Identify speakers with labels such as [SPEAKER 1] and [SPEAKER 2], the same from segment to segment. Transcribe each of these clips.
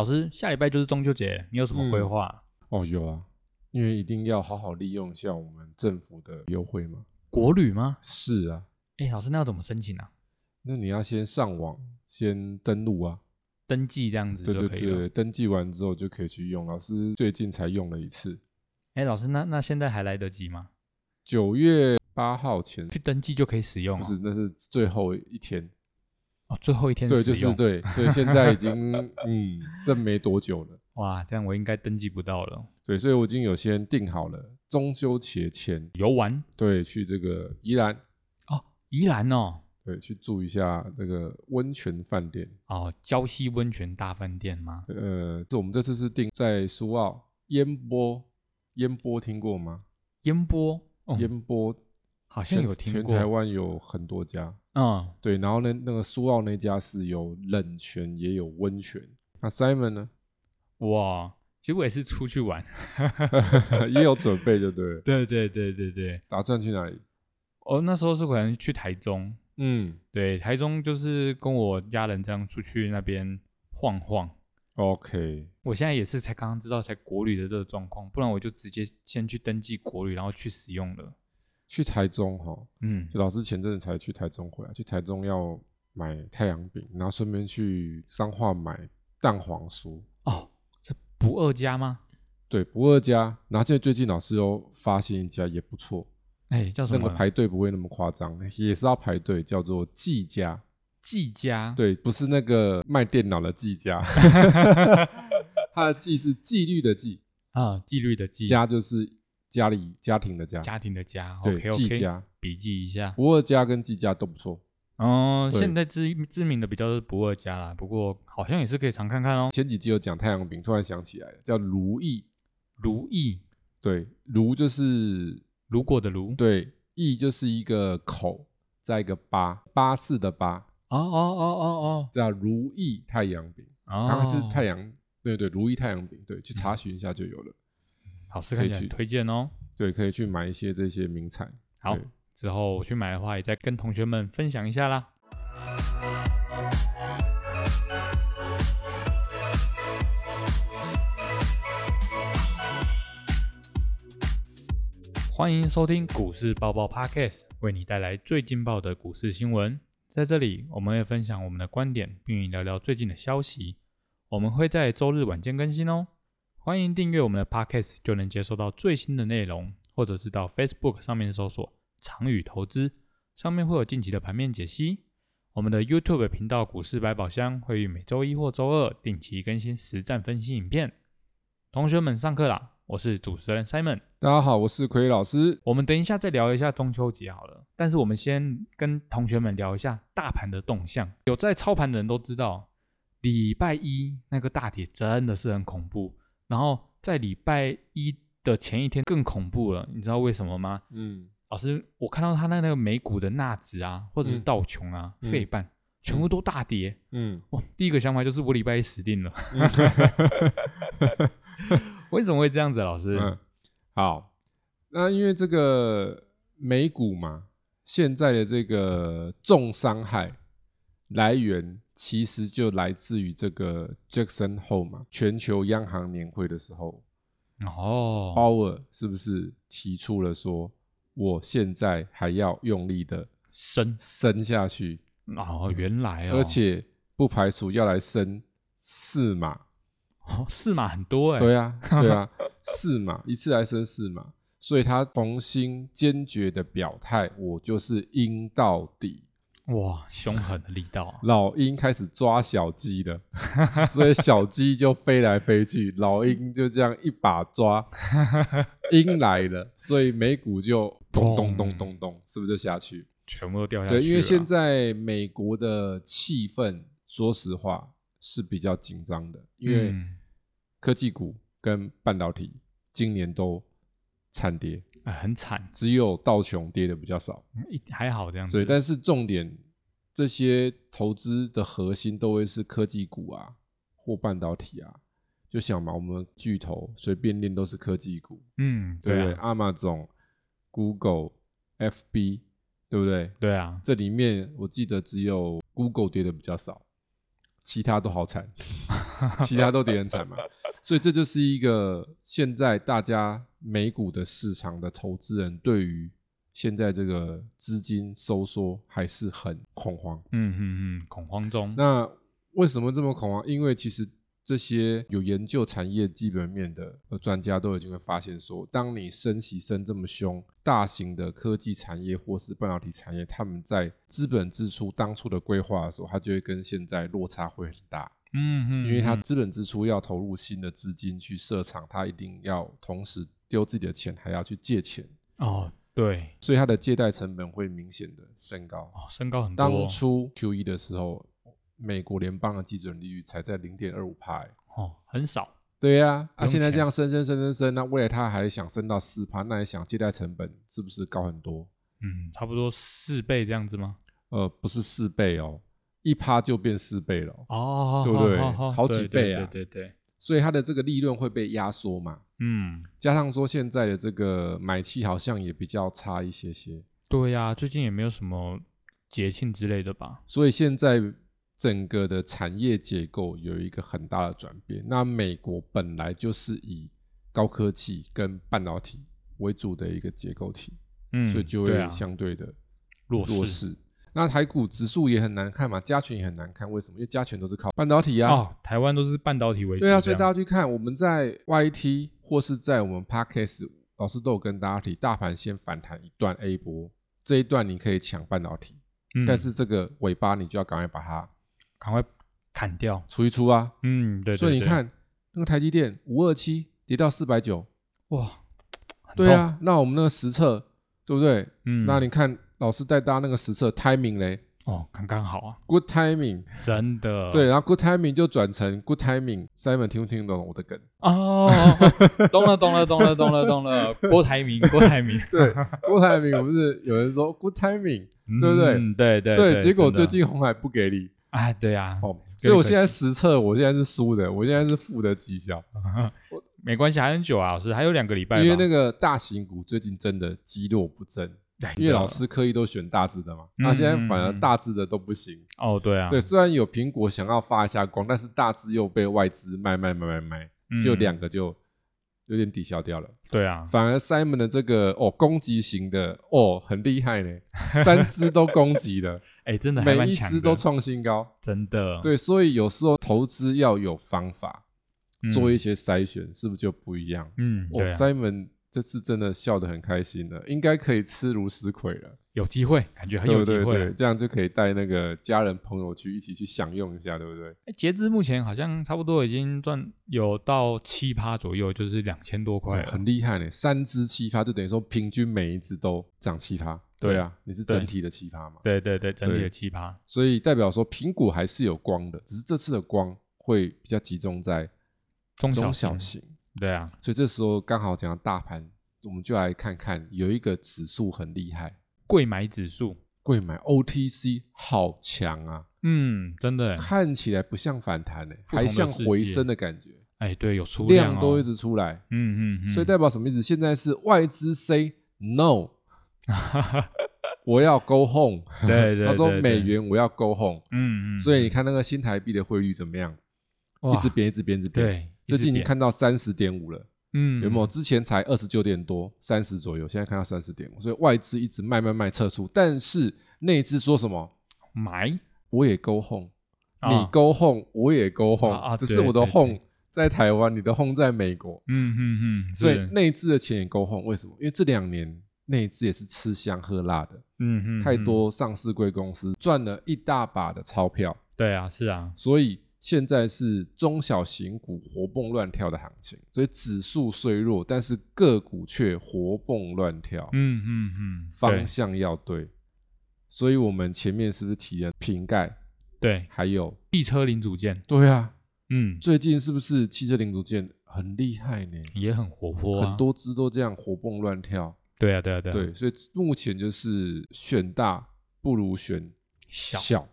[SPEAKER 1] 老师，下礼拜就是中秋节，你有什么规划？
[SPEAKER 2] 哦，有啊，因为一定要好好利用一下我们政府的优惠嘛。
[SPEAKER 1] 国旅吗？
[SPEAKER 2] 是啊，
[SPEAKER 1] 哎、老师，那要怎么申请啊？
[SPEAKER 2] 那你要先上网，先登录啊。
[SPEAKER 1] 登记这样子
[SPEAKER 2] 对
[SPEAKER 1] 就
[SPEAKER 2] 对
[SPEAKER 1] 可以了
[SPEAKER 2] 对，。登记完之后就可以去用。老师最近才用了一次，
[SPEAKER 1] 哎、老师，那那现在还来得及吗？
[SPEAKER 2] 九月八号前
[SPEAKER 1] 去登记就可以使用、
[SPEAKER 2] 不
[SPEAKER 1] 哦，
[SPEAKER 2] 是，那是最后一天。
[SPEAKER 1] 哦，最后一天
[SPEAKER 2] 对，
[SPEAKER 1] 使
[SPEAKER 2] 就
[SPEAKER 1] 用。
[SPEAKER 2] 是对，所以现在已经嗯剩没多久了。
[SPEAKER 1] 哇，这样我应该登记不到了。
[SPEAKER 2] 对，所以我已经有先定好了，中秋节前
[SPEAKER 1] 游玩
[SPEAKER 2] 对去这个宜兰，
[SPEAKER 1] 哦，宜兰哦，
[SPEAKER 2] 对去住一下这个温泉饭店。
[SPEAKER 1] 哦，礁溪温泉大饭店吗？
[SPEAKER 2] 呃，这我们这次是定在苏澳烟波，烟波听过吗？
[SPEAKER 1] 烟波，嗯
[SPEAKER 2] 烟波
[SPEAKER 1] 好像
[SPEAKER 2] 全
[SPEAKER 1] 有听
[SPEAKER 2] 全
[SPEAKER 1] 过。
[SPEAKER 2] 台湾有很多家，
[SPEAKER 1] 嗯，
[SPEAKER 2] 对，然后呢，那个苏澳那家是有冷泉也有温泉。那 Simon 呢，
[SPEAKER 1] 哇，其实我也是出去玩。
[SPEAKER 2] 也有准备，就对了。
[SPEAKER 1] 对对对对对，
[SPEAKER 2] 打算去哪里？
[SPEAKER 1] 哦，那时候是可能去台中，
[SPEAKER 2] 嗯
[SPEAKER 1] 对，台中就是跟我家人这样出去那边晃晃。
[SPEAKER 2] ，OK，
[SPEAKER 1] 我现在也是才刚刚知道才国旅的这个状况，不然我就直接先去登记国旅，然后去使用了。
[SPEAKER 2] 去台中哈、
[SPEAKER 1] 嗯，
[SPEAKER 2] 就老师前阵子才去台中回来，去台中要买太阳饼，然后顺便去彰化买蛋黄酥。
[SPEAKER 1] 哦，是不二家吗？
[SPEAKER 2] 对，不二家，然后现在最近老师又发现一家也不错，
[SPEAKER 1] 哎，叫什
[SPEAKER 2] 那
[SPEAKER 1] 么？
[SPEAKER 2] 个排队不会那么夸张，也是要排队，叫做季家。
[SPEAKER 1] 季家。，
[SPEAKER 2] 对，不是那个卖电脑的季 家， 它的季是纪律的纪，
[SPEAKER 1] 啊、纪律的纪，
[SPEAKER 2] 家就是家里家庭的家。
[SPEAKER 1] 家庭的家。
[SPEAKER 2] 对
[SPEAKER 1] OK，OK，
[SPEAKER 2] 季家，
[SPEAKER 1] 笔记一下。
[SPEAKER 2] 不二家跟季家都不错。
[SPEAKER 1] 哦，
[SPEAKER 2] 对
[SPEAKER 1] 现在知知名的比较是不二家啦，不过好像也是可以常看看哦。
[SPEAKER 2] 前几集有讲太阳饼，突然想起来了，叫如意。
[SPEAKER 1] 如意，
[SPEAKER 2] 对，如就是
[SPEAKER 1] 如果的如。。
[SPEAKER 2] 对，意就是一个口，再一个巴，巴士的巴，
[SPEAKER 1] 哦哦哦
[SPEAKER 2] 叫如意太阳饼。
[SPEAKER 1] 哦哦。
[SPEAKER 2] 然后是
[SPEAKER 1] 哦
[SPEAKER 2] 啊
[SPEAKER 1] 嗯
[SPEAKER 2] 太阳，对对，如意太阳饼，对，去查询一下就有了。
[SPEAKER 1] 好吃，
[SPEAKER 2] 可
[SPEAKER 1] 看
[SPEAKER 2] 以
[SPEAKER 1] 起来很
[SPEAKER 2] 去
[SPEAKER 1] 推荐哦。
[SPEAKER 2] 对，可以去买一些这些名产。
[SPEAKER 1] 好
[SPEAKER 2] 对，
[SPEAKER 1] 之后我去买的话，也再跟同学们分享一下啦。欢迎收听股市爆爆 Podcast，为你带来最劲爆的股市新闻。在这里，我们会分享我们的观点，并与你聊聊最近的消息。我们会在周日晚间更新哦。欢迎订阅我们的 Podcast，就能接收到最新的内容，或者是到 Facebook 上面搜索“长宇投资”，上面会有近期的盘面解析。我们的 YouTube 频道“股市百宝箱”会于每周一或周二定期更新实战分析影片。同学们，上课啦！我是主持人 Simon。
[SPEAKER 2] 大家好，我是奎老师。
[SPEAKER 1] 我们等一下再聊一下中秋节好了，但是我们先跟同学们聊一下大盘的动向。有在操盘的人都知道，礼拜一那个大跌真的是很恐怖，然后在礼拜一的前一天更恐怖了，你知道为什么吗？
[SPEAKER 2] 嗯，
[SPEAKER 1] 老师，我看到他那个美股的纳指啊，或者是
[SPEAKER 2] 嗯
[SPEAKER 1] 道琼啊、
[SPEAKER 2] 嗯
[SPEAKER 1] 费半，全部都大跌。
[SPEAKER 2] 嗯，
[SPEAKER 1] 哇，第一个想法就是我礼拜一死定了。 为什么会这样子啊、老师？
[SPEAKER 2] 嗯，好，那因为这个美股嘛，现在的这个重伤害来源其实就来自于这个 Jackson Hole 嘛，全球央行年会的时候，嗯
[SPEAKER 1] 哦，
[SPEAKER 2] 鲍尔是不是提出了说，我现在还要用力的
[SPEAKER 1] 升
[SPEAKER 2] 升下去，
[SPEAKER 1] 哦，原来哦，
[SPEAKER 2] 嗯而且不排除要来升四码。
[SPEAKER 1] 哦，四码很多哎、
[SPEAKER 2] 对啊，对 啊，四码一次来升四码，所以他重新坚决的表态，我就是鹰到底，
[SPEAKER 1] 哇，凶狠的力道 啊、
[SPEAKER 2] 老鹰开始抓小鸡 了，所以小鸡就飞来飞去，老鹰就这样一把抓， 鹰来了，所以美股就咚咚咚咚咚，是不是就下去？
[SPEAKER 1] 全部都掉下去了。
[SPEAKER 2] 对，因为现在美国的气氛，说实话是比较紧张的，因为
[SPEAKER 1] 嗯
[SPEAKER 2] 科技股跟半导体今年都惨跌，
[SPEAKER 1] 哎很惨，
[SPEAKER 2] 只有道琼跌的比较少。
[SPEAKER 1] 一还好这样子。
[SPEAKER 2] 所以，但是重点，这些投资的核心都会是科技股啊，或半导体啊。就想嘛，我们巨头随便念都是科技股，
[SPEAKER 1] 嗯，
[SPEAKER 2] 对不
[SPEAKER 1] 对
[SPEAKER 2] 对
[SPEAKER 1] 啊，
[SPEAKER 2] ？Amazon、Google、FB，对不对？
[SPEAKER 1] 对啊，
[SPEAKER 2] 这里面我记得只有 Google 跌的比较少，其他都好惨。 其他都跌很惨嘛。所以这就是一个现在大家美股的市场的投资人对于现在这个资金收缩还是很恐慌。
[SPEAKER 1] 嗯嗯嗯，恐慌中。
[SPEAKER 2] 那为什么这么恐慌？因为其实这些有研究产业基本面的呃专家都已经会发现说，当你升息升这么凶，大型的科技产业或是半导体产业，他们在资本支出当初的规划的时候，它就会跟现在落差会很大，
[SPEAKER 1] 嗯嗯，
[SPEAKER 2] 因为它资本支出要投入新的资金去设厂，它一定要同时丢自己的钱，还要去借钱，
[SPEAKER 1] 哦对
[SPEAKER 2] 所以它的借贷成本会明显的升高。
[SPEAKER 1] 哦，身高很多
[SPEAKER 2] 当初 Q E 一的时候，美国联邦的基准利率才在零点二五帕。欸
[SPEAKER 1] 哦，很少。
[SPEAKER 2] 对呀、
[SPEAKER 1] 不
[SPEAKER 2] 啊，
[SPEAKER 1] 用
[SPEAKER 2] 现在这
[SPEAKER 1] 钱
[SPEAKER 2] 样升升升升升，那未来他还想升到四趴，那你想借贷成本是不是高很多？
[SPEAKER 1] 嗯，差不多四倍这样子吗？
[SPEAKER 2] 呃，不是四倍哦，一趴就变四倍了
[SPEAKER 1] 哦，
[SPEAKER 2] 哦、对不对
[SPEAKER 1] 好好好
[SPEAKER 2] 好几
[SPEAKER 1] 对对
[SPEAKER 2] 倍啊
[SPEAKER 1] 对对对，
[SPEAKER 2] 所以它的这个利润会被压缩嘛。
[SPEAKER 1] 嗯，
[SPEAKER 2] 加上说现在的这个买气好像也比较差一些些，
[SPEAKER 1] 对呀、最近也没有什么节庆之类的吧？
[SPEAKER 2] 所以现在整个的产业结构有一个很大的转变。那美国本来就是以高科技跟半导体为主的一个结构体，
[SPEAKER 1] 嗯，
[SPEAKER 2] 所以就
[SPEAKER 1] 对啊
[SPEAKER 2] 会相对的
[SPEAKER 1] 弱势
[SPEAKER 2] 那台股指数也很难看嘛，加权也很难看，为什么？因为加权都是靠半导体啊。
[SPEAKER 1] 哦，台湾都是半导体为主这
[SPEAKER 2] 对
[SPEAKER 1] 样，
[SPEAKER 2] 啊，所以大家去看，我们在 YT 或是在我们 Podcast，老师都有跟大家提，大盘先反弹一段 A 波，这一段你可以抢半导体，
[SPEAKER 1] 嗯
[SPEAKER 2] 但是这个尾巴你就要赶快把它
[SPEAKER 1] 赶快砍掉。
[SPEAKER 2] 除一除啊。
[SPEAKER 1] 嗯，对对对，
[SPEAKER 2] 所以你看，那个台积电五二七跌到四百九，
[SPEAKER 1] 哇，很
[SPEAKER 2] 对
[SPEAKER 1] 痛，
[SPEAKER 2] 啊，那我们那个实测，对不对？
[SPEAKER 1] 嗯，
[SPEAKER 2] 那你看老师带大家那个实测 timing 嘞
[SPEAKER 1] 哦，刚刚好啊，
[SPEAKER 2] ，good timing，
[SPEAKER 1] 真的，
[SPEAKER 2] 对，然啊后 good timing 就转成 good timing，Simon 听不听得懂我的梗？
[SPEAKER 1] 哦，懂了懂了懂了懂了懂了，郭台铭郭台铭，
[SPEAKER 2] 对，good timing 不是有人说 good timing，
[SPEAKER 1] 嗯，
[SPEAKER 2] 对不对
[SPEAKER 1] 对对
[SPEAKER 2] 对，结果
[SPEAKER 1] 真的
[SPEAKER 2] 最近红海不给力
[SPEAKER 1] 哎，对啊，
[SPEAKER 2] 哦，
[SPEAKER 1] 有点
[SPEAKER 2] 所以我
[SPEAKER 1] 可
[SPEAKER 2] 现在实测，我现在是输的，我现在是负的绩效，
[SPEAKER 1] 没关系，还很久啊，老师还有两个礼拜吧，
[SPEAKER 2] 因为那个大型股最近真的积弱不振，
[SPEAKER 1] 哎
[SPEAKER 2] 因为老师刻意都选大只的嘛，
[SPEAKER 1] 嗯
[SPEAKER 2] 那现在反而大只的都不行。
[SPEAKER 1] 哦，对啊，
[SPEAKER 2] 对，虽然有苹果想要发一下光，但是大只又被外资卖卖卖卖卖，
[SPEAKER 1] 嗯
[SPEAKER 2] 就两个就有点抵消掉了。
[SPEAKER 1] 对啊，
[SPEAKER 2] 反而 Simon 的这个哦攻击型的哦很厉 害呢，三只都攻击的，
[SPEAKER 1] 哎，真的还
[SPEAKER 2] 每
[SPEAKER 1] 蛮
[SPEAKER 2] 一
[SPEAKER 1] 强
[SPEAKER 2] 只
[SPEAKER 1] 的嗯
[SPEAKER 2] 都创新高。
[SPEAKER 1] 真的，
[SPEAKER 2] 对，所以有时候投资要有方法，
[SPEAKER 1] 嗯
[SPEAKER 2] 做一些筛选，是不是就不一样？
[SPEAKER 1] 嗯，
[SPEAKER 2] 哦
[SPEAKER 1] 对啊，
[SPEAKER 2] ，Simon 这次真的笑得很开心了，应该可以吃如食葵了，
[SPEAKER 1] 有机会，感觉很
[SPEAKER 2] 对
[SPEAKER 1] 有
[SPEAKER 2] 不
[SPEAKER 1] 机
[SPEAKER 2] 对？
[SPEAKER 1] 会啊
[SPEAKER 2] 对，。这样就可以带那个家人朋友去一起去享用一下，对不对？
[SPEAKER 1] 哎截至目前，好像差不多已经赚有到七趴左右，就是两千多块
[SPEAKER 2] 对，
[SPEAKER 1] 了。
[SPEAKER 2] 很厉害呢，三只七趴，就等于说平均每一只都涨七趴。
[SPEAKER 1] 对
[SPEAKER 2] 对啊，你是
[SPEAKER 1] 对
[SPEAKER 2] 整体的七趴嘛？
[SPEAKER 1] 对对对，整体的
[SPEAKER 2] 对
[SPEAKER 1] 七趴。
[SPEAKER 2] 所以代表说苹果还是有光的，只是这次的光会比较集中在
[SPEAKER 1] 中小
[SPEAKER 2] 中小
[SPEAKER 1] 型
[SPEAKER 2] 型。
[SPEAKER 1] 对啊，
[SPEAKER 2] 所以这时候刚好讲到大盘，我们就来看看有一个指数很厉害，
[SPEAKER 1] 贵买指数，
[SPEAKER 2] 贵买 OTC 好强啊，
[SPEAKER 1] 嗯，真的 耶，
[SPEAKER 2] 看起来不像反弹呢、
[SPEAKER 1] 不同
[SPEAKER 2] 还
[SPEAKER 1] 的
[SPEAKER 2] 像
[SPEAKER 1] 世界
[SPEAKER 2] 回升的感觉，
[SPEAKER 1] 哎，对，有出
[SPEAKER 2] 量
[SPEAKER 1] 哦
[SPEAKER 2] 都一直出来，
[SPEAKER 1] 嗯嗯嗯，
[SPEAKER 2] 所以代表什么意思？现在是外资 say no，我要 go home，
[SPEAKER 1] 对对对
[SPEAKER 2] 他说
[SPEAKER 1] 对
[SPEAKER 2] 美元我要 go home，
[SPEAKER 1] 嗯嗯，
[SPEAKER 2] 所以你看那个新台币的汇率怎么样？
[SPEAKER 1] 哇
[SPEAKER 2] 一直贬，一直贬，一直贬。
[SPEAKER 1] 对，
[SPEAKER 2] 最近
[SPEAKER 1] 一
[SPEAKER 2] 已
[SPEAKER 1] 直
[SPEAKER 2] 经
[SPEAKER 1] 贬，
[SPEAKER 2] 看到三十点五了，
[SPEAKER 1] 嗯，
[SPEAKER 2] 有没有？之前才二十九点多，三十左右，现在看到三十点五，所以外资一直卖卖卖撤出，但是内资说什么？
[SPEAKER 1] 买？
[SPEAKER 2] 我也 go home，、
[SPEAKER 1] 啊
[SPEAKER 2] 你 go home，我也 go home，、
[SPEAKER 1] 啊啊
[SPEAKER 2] 只是
[SPEAKER 1] 对
[SPEAKER 2] 我的
[SPEAKER 1] 对
[SPEAKER 2] home 在台湾，你的 home 在美国，
[SPEAKER 1] 嗯嗯嗯，
[SPEAKER 2] 所以
[SPEAKER 1] 是
[SPEAKER 2] 内资的钱也 go home。为什么？因为这两年内资也是吃香喝辣的，
[SPEAKER 1] 嗯嗯
[SPEAKER 2] 太
[SPEAKER 1] 嗯
[SPEAKER 2] 多上市贵公司赚了一大把的钞票，
[SPEAKER 1] 对啊，是啊，
[SPEAKER 2] 所以现在是中小型股活蹦乱跳的行情，所以指数虽弱，但是个股却活蹦乱跳，
[SPEAKER 1] 嗯嗯嗯，
[SPEAKER 2] 方向要对。所以我们前面是不是提了瓶盖？
[SPEAKER 1] 对对
[SPEAKER 2] 还有，
[SPEAKER 1] 汽车零组件，
[SPEAKER 2] 对啊，
[SPEAKER 1] 嗯，
[SPEAKER 2] 最近是不是汽车零组件很厉害呢？
[SPEAKER 1] 也很活泼啊，
[SPEAKER 2] 很多只都这样活蹦乱跳。
[SPEAKER 1] 对啊对啊对啊，
[SPEAKER 2] 对，所以目前就是选大不如选
[SPEAKER 1] 小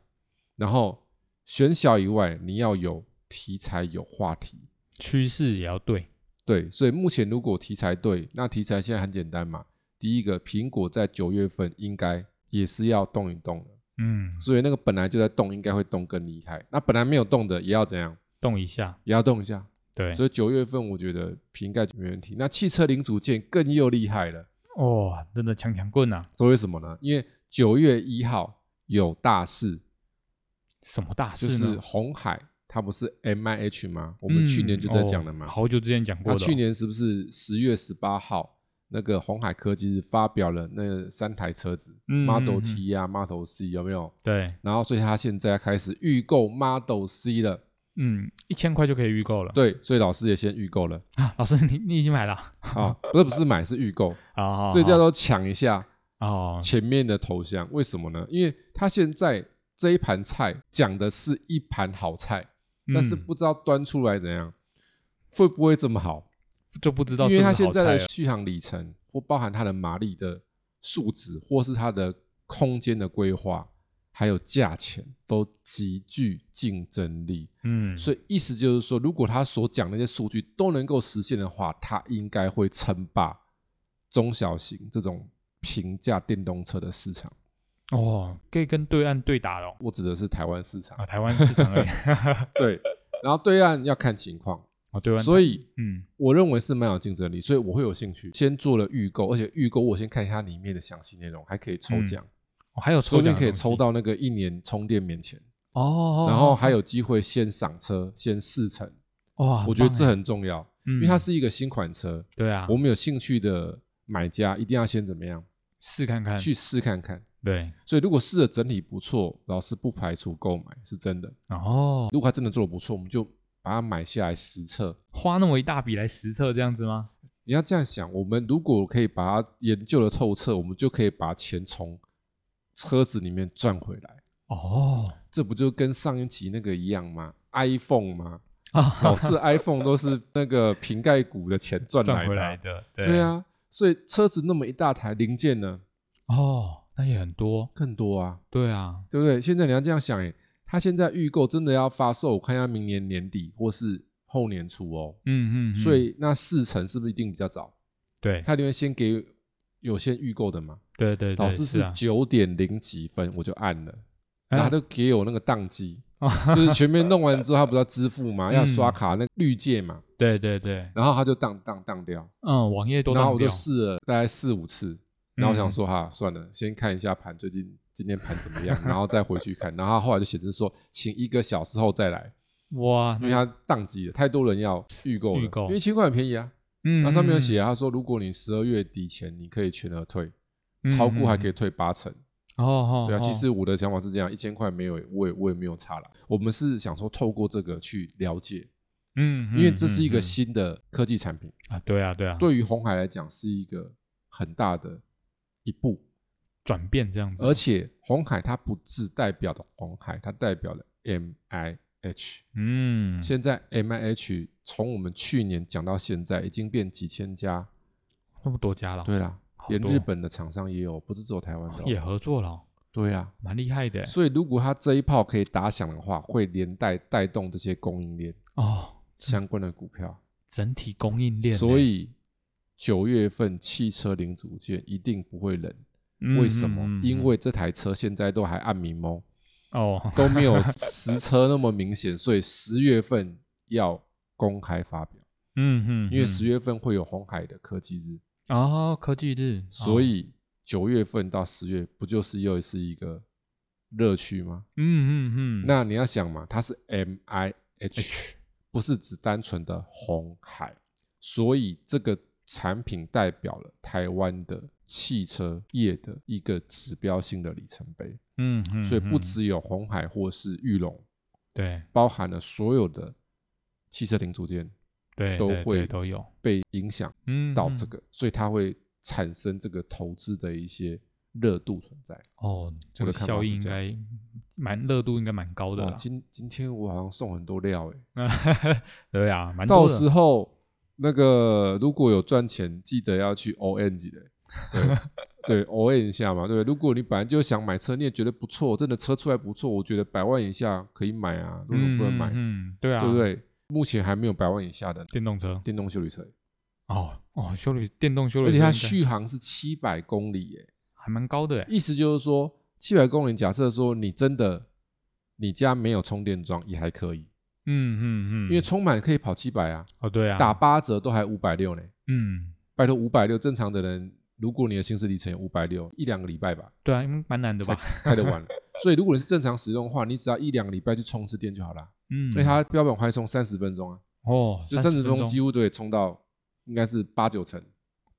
[SPEAKER 2] 然后选小以外，你要有题材有话题。
[SPEAKER 1] 趋势也要对，
[SPEAKER 2] 对，所以目前如果题材对，那题材现在很简单嘛。第一个，苹果在九月份应该也是要动一动的，
[SPEAKER 1] 嗯，
[SPEAKER 2] 所以那个本来就在动，应该会动更厉害。那本来没有动的也要怎样？
[SPEAKER 1] 动一下，
[SPEAKER 2] 也要动一下。
[SPEAKER 1] 对，
[SPEAKER 2] 所以九月份我觉得瓶盖没问题。那汽车零组件更又厉害了，
[SPEAKER 1] 哦，真的强强棍啊！
[SPEAKER 2] 所以为什么呢？因为九月一号有大事，
[SPEAKER 1] 什么大
[SPEAKER 2] 就
[SPEAKER 1] 事
[SPEAKER 2] 是
[SPEAKER 1] 呢？
[SPEAKER 2] 红海，它不是 M I H 吗？我
[SPEAKER 1] 我
[SPEAKER 2] 们去年就在讲了嘛。
[SPEAKER 1] 哦好久之前讲过
[SPEAKER 2] 那
[SPEAKER 1] 的哦、
[SPEAKER 2] 去年是不是十月十八号，那个红海科技发表了那三台车子、
[SPEAKER 1] 嗯
[SPEAKER 2] Model
[SPEAKER 1] 嗯嗯
[SPEAKER 2] T 啊、Model C 有没有？
[SPEAKER 1] 对，
[SPEAKER 2] 然后所以它现在开始预购 Model C 了。
[SPEAKER 1] 嗯，一千块就可以预购了。
[SPEAKER 2] 对，所以老师也先预购了
[SPEAKER 1] 啊，老师，你你已经买了啊？
[SPEAKER 2] 啊，不是不是买是预购，
[SPEAKER 1] 好好
[SPEAKER 2] 这
[SPEAKER 1] 好
[SPEAKER 2] 叫做抢一下
[SPEAKER 1] 哦，
[SPEAKER 2] 前面的头像。为什么呢？因为他现在这一盘菜讲的是一盘好菜，但是
[SPEAKER 1] 嗯
[SPEAKER 2] 不知道端出来怎样，会不会这么好？
[SPEAKER 1] 就不知道是
[SPEAKER 2] 因为
[SPEAKER 1] 不
[SPEAKER 2] 它
[SPEAKER 1] 是
[SPEAKER 2] 现
[SPEAKER 1] 好
[SPEAKER 2] 在
[SPEAKER 1] 菜啊
[SPEAKER 2] 的
[SPEAKER 1] 了。
[SPEAKER 2] 续航里程或包含它的马力的数值，或是它的空间的规划，还有价钱，都极具竞争力。
[SPEAKER 1] 嗯，
[SPEAKER 2] 所以意思就是说，如果他所讲那些数据都能够实现的话，他应该会称霸中小型这种平价电动车的 市场。
[SPEAKER 1] 哦，可以跟对岸对打了哦
[SPEAKER 2] 我指的是台湾市场。
[SPEAKER 1] 啊，台湾市场而已。
[SPEAKER 2] 对，然后对岸要看情况，
[SPEAKER 1] 哦，对岸，
[SPEAKER 2] 所以
[SPEAKER 1] 嗯
[SPEAKER 2] 我认为是蛮有竞争力，所以我会有兴趣。先做了预购，而且预购我先看一下里面的详细内容，还可以抽奖，
[SPEAKER 1] 哦还有抽
[SPEAKER 2] 说不定
[SPEAKER 1] 奖的
[SPEAKER 2] 可以
[SPEAKER 1] 东西
[SPEAKER 2] 抽到那个一年充电免钱，
[SPEAKER 1] 哦哦，哦
[SPEAKER 2] 然后还有机会先赏车、先试乘，
[SPEAKER 1] 哇，
[SPEAKER 2] 我觉得
[SPEAKER 1] 哦棒嗯
[SPEAKER 2] 这
[SPEAKER 1] 耶，
[SPEAKER 2] 很重要，
[SPEAKER 1] 因
[SPEAKER 2] 因为它是一个新款车。
[SPEAKER 1] 对啊，
[SPEAKER 2] 我们有兴趣的买家一定要先怎么样
[SPEAKER 1] 试看看，
[SPEAKER 2] 去试看看。
[SPEAKER 1] 对，
[SPEAKER 2] 所以如果试的整体不错，老师不排除购买是真的。
[SPEAKER 1] 然后
[SPEAKER 2] 如果他真的做的不错，我们就把它买下来实测。
[SPEAKER 1] 花那么一大笔来实测这样子吗？
[SPEAKER 2] 你要这样想，我们如果可以把它研究的透彻，我们就可以把钱从车子里面赚回来。
[SPEAKER 1] 哦
[SPEAKER 2] 这不就跟上一集那个一样吗 ？iPhone 吗？
[SPEAKER 1] 啊，
[SPEAKER 2] 老是 iPhone 都是那个瓶盖股的钱赚来
[SPEAKER 1] 赚
[SPEAKER 2] 的
[SPEAKER 1] 回
[SPEAKER 2] 啊、
[SPEAKER 1] 来的，
[SPEAKER 2] 对，啊，所以车子那么一大台零件呢，
[SPEAKER 1] 哦，那也很多，
[SPEAKER 2] 更多啊。
[SPEAKER 1] 对啊，
[SPEAKER 2] 对不对？现在你要这样想，哎，他现在预购真的要发售，我看一下明年年底或是后年初哦。
[SPEAKER 1] 嗯嗯嗯，
[SPEAKER 2] 所以那四成是不是一定比较早？
[SPEAKER 1] 对
[SPEAKER 2] 他因为先给有先预购的嘛，
[SPEAKER 1] 对对对，
[SPEAKER 2] 老师
[SPEAKER 1] 是
[SPEAKER 2] 是
[SPEAKER 1] 啊，
[SPEAKER 2] 九点零几分我就按了，
[SPEAKER 1] 哎
[SPEAKER 2] 然后他就给我那个宕机，
[SPEAKER 1] 哦
[SPEAKER 2] 就是全面弄完之后，他不是要支付嘛，
[SPEAKER 1] 嗯
[SPEAKER 2] 要刷卡那个绿界嘛，
[SPEAKER 1] 对对对，
[SPEAKER 2] 然后他就宕宕宕掉，
[SPEAKER 1] 嗯，网页都
[SPEAKER 2] 然后
[SPEAKER 1] 当
[SPEAKER 2] 我就
[SPEAKER 1] 掉，
[SPEAKER 2] 试了大概四五次，然后我
[SPEAKER 1] 嗯
[SPEAKER 2] 想说哈，算了，先看一下盘，最近今天盘怎么样，然后再回去看。然后他后来就显示说，请一个小时后再来，
[SPEAKER 1] 哇，
[SPEAKER 2] 因
[SPEAKER 1] 那
[SPEAKER 2] 为它宕机了，太多人要预购了，
[SPEAKER 1] 预购
[SPEAKER 2] 因为七块很便宜啊。
[SPEAKER 1] 嗯，
[SPEAKER 2] 那上面有
[SPEAKER 1] 嗯
[SPEAKER 2] 写啊，他说如果你十二月底前你可以全额退，
[SPEAKER 1] 嗯
[SPEAKER 2] 超过还可以
[SPEAKER 1] 嗯
[SPEAKER 2] 退八成。
[SPEAKER 1] 嗯哦哦，
[SPEAKER 2] 对啊，
[SPEAKER 1] 哦
[SPEAKER 2] 其实我的想法是这样，一千块没有，我也我也没有差了。我们是想说透过这个去了解，
[SPEAKER 1] 嗯，
[SPEAKER 2] 因为
[SPEAKER 1] 嗯
[SPEAKER 2] 这是一个
[SPEAKER 1] 嗯
[SPEAKER 2] 新的科技产品，
[SPEAKER 1] 嗯啊，对啊对啊，
[SPEAKER 2] 对于红海来讲是一个很大的一步。
[SPEAKER 1] 转变这样子，
[SPEAKER 2] 而且红海它不只代表的红海，它代表了 MIH。
[SPEAKER 1] 嗯，
[SPEAKER 2] 现在 MIH 从我们去年讲到现在，已经变几千家。
[SPEAKER 1] 那么多家了，
[SPEAKER 2] 对啦，
[SPEAKER 1] 好
[SPEAKER 2] 连
[SPEAKER 1] 多
[SPEAKER 2] 日本的厂商也有，不是只有台湾的、
[SPEAKER 1] 也
[SPEAKER 2] 哦。
[SPEAKER 1] 合作了哦，
[SPEAKER 2] 对啊，
[SPEAKER 1] 蛮厉害的耶
[SPEAKER 2] 所以如果它这一炮可以打响的话，会连带带动这些供应链
[SPEAKER 1] 哦，
[SPEAKER 2] 相关的股票。
[SPEAKER 1] 整体供应链耶，
[SPEAKER 2] 所以九月份汽车零组件一定不会冷，
[SPEAKER 1] 嗯
[SPEAKER 2] 为什么？
[SPEAKER 1] 嗯嗯
[SPEAKER 2] 因
[SPEAKER 1] 嗯
[SPEAKER 2] 为这台车现在都还按迷蒙。
[SPEAKER 1] 哦，
[SPEAKER 2] 都没有实车那么 明显，所以十月份要公开发表，
[SPEAKER 1] 嗯嗯，
[SPEAKER 2] 因为
[SPEAKER 1] 嗯
[SPEAKER 2] 十月份会有红海的科技日，
[SPEAKER 1] 哦，科技日，哦
[SPEAKER 2] 所以九月份到十月不就是又是一个热区吗？
[SPEAKER 1] 嗯嗯嗯，
[SPEAKER 2] 那你要想嘛，它是 M I H，不是只单纯的红海，所以这个产品代表了台湾的汽车业的一个指标性的里程碑，
[SPEAKER 1] 嗯嗯，
[SPEAKER 2] 所以不
[SPEAKER 1] 嗯
[SPEAKER 2] 只有红海或是玉龙。
[SPEAKER 1] 对
[SPEAKER 2] 包含了所有的汽车零组
[SPEAKER 1] 嗯
[SPEAKER 2] 件
[SPEAKER 1] 对
[SPEAKER 2] 都
[SPEAKER 1] 对对
[SPEAKER 2] 会
[SPEAKER 1] 都有
[SPEAKER 2] 被影响
[SPEAKER 1] 嗯
[SPEAKER 2] 到
[SPEAKER 1] 嗯
[SPEAKER 2] 这个，所以它会产生这个投资的一些热度存在。
[SPEAKER 1] 哦，这
[SPEAKER 2] 我
[SPEAKER 1] 个
[SPEAKER 2] 的看法
[SPEAKER 1] 效
[SPEAKER 2] 是
[SPEAKER 1] 应应
[SPEAKER 2] 这
[SPEAKER 1] 该蛮热度应该蛮高的
[SPEAKER 2] 哇，
[SPEAKER 1] 啦，
[SPEAKER 2] 今今天我好像送很多料欸诶、
[SPEAKER 1] 对啊，蛮
[SPEAKER 2] 到
[SPEAKER 1] 多的
[SPEAKER 2] 时候那个如果有赚钱，记得要去 O N 级的、对对 O N 一下嘛，对不对。如果你本来就想买车，你也觉得不错，真的车出来不错，我觉得百万以下可以买啊，如果
[SPEAKER 1] 嗯
[SPEAKER 2] 不
[SPEAKER 1] 嗯
[SPEAKER 2] 能买，
[SPEAKER 1] 嗯，对啊，
[SPEAKER 2] 对不？对？目前还没有百万以下的
[SPEAKER 1] 电动车
[SPEAKER 2] 电动修理车，
[SPEAKER 1] 哦哦，修理电动修理车
[SPEAKER 2] 而且
[SPEAKER 1] 应该，
[SPEAKER 2] 它续航是七百公里耶、
[SPEAKER 1] 还蛮高的耶，
[SPEAKER 2] 意思就是说，七百公里，假设说你真的你家没有充电桩也还可以，
[SPEAKER 1] 嗯嗯嗯，
[SPEAKER 2] 因为充满可以跑七百啊，
[SPEAKER 1] 哦对啊，
[SPEAKER 2] 打八折都还五百六呢。
[SPEAKER 1] 嗯
[SPEAKER 2] 拜托五百六，正常的人，如果你的行驶里程有五百六，一两个礼拜吧，
[SPEAKER 1] 对啊，因为蛮难的吧？
[SPEAKER 2] 开得完。所以如果你是正常使用的话，你只要一两个礼拜去充一次电就好啦。
[SPEAKER 1] 嗯，
[SPEAKER 2] 所以它标本快充三十分钟啊，
[SPEAKER 1] 哦，
[SPEAKER 2] 就三
[SPEAKER 1] 30
[SPEAKER 2] 十分
[SPEAKER 1] 分
[SPEAKER 2] 钟几乎都得充到应该是八九成，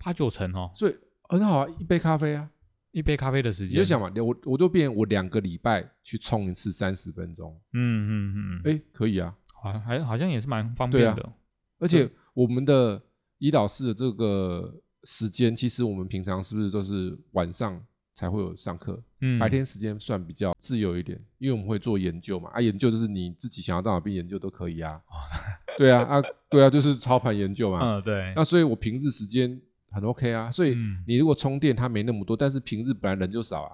[SPEAKER 1] 八九成哦，
[SPEAKER 2] 所以很好啊，一杯咖啡啊。
[SPEAKER 1] 一杯咖啡的时
[SPEAKER 2] 你
[SPEAKER 1] 间，
[SPEAKER 2] 就想嘛，我我就变我两个礼拜去充一次三十分钟，
[SPEAKER 1] 嗯嗯嗯，
[SPEAKER 2] 哎，可以啊。
[SPEAKER 1] 好像还好像也是蛮方
[SPEAKER 2] 对
[SPEAKER 1] 便
[SPEAKER 2] 啊
[SPEAKER 1] 的，嗯
[SPEAKER 2] 而且我们的胰岛室的这个时间，其实我们平常是不是都是晚上才会有上课？
[SPEAKER 1] 嗯，
[SPEAKER 2] 白天时间算比较自由一点，因为我们会做研究嘛，啊，研究就是你自己想要到哪边研究都可以啊， 对啊，啊，对啊，就是操盘研究嘛，
[SPEAKER 1] 哦嗯对，
[SPEAKER 2] 那所以我平日时间很 OK 啊，所以
[SPEAKER 1] 嗯
[SPEAKER 2] 你如果充电它没那么多，但是平日本来人就少啊，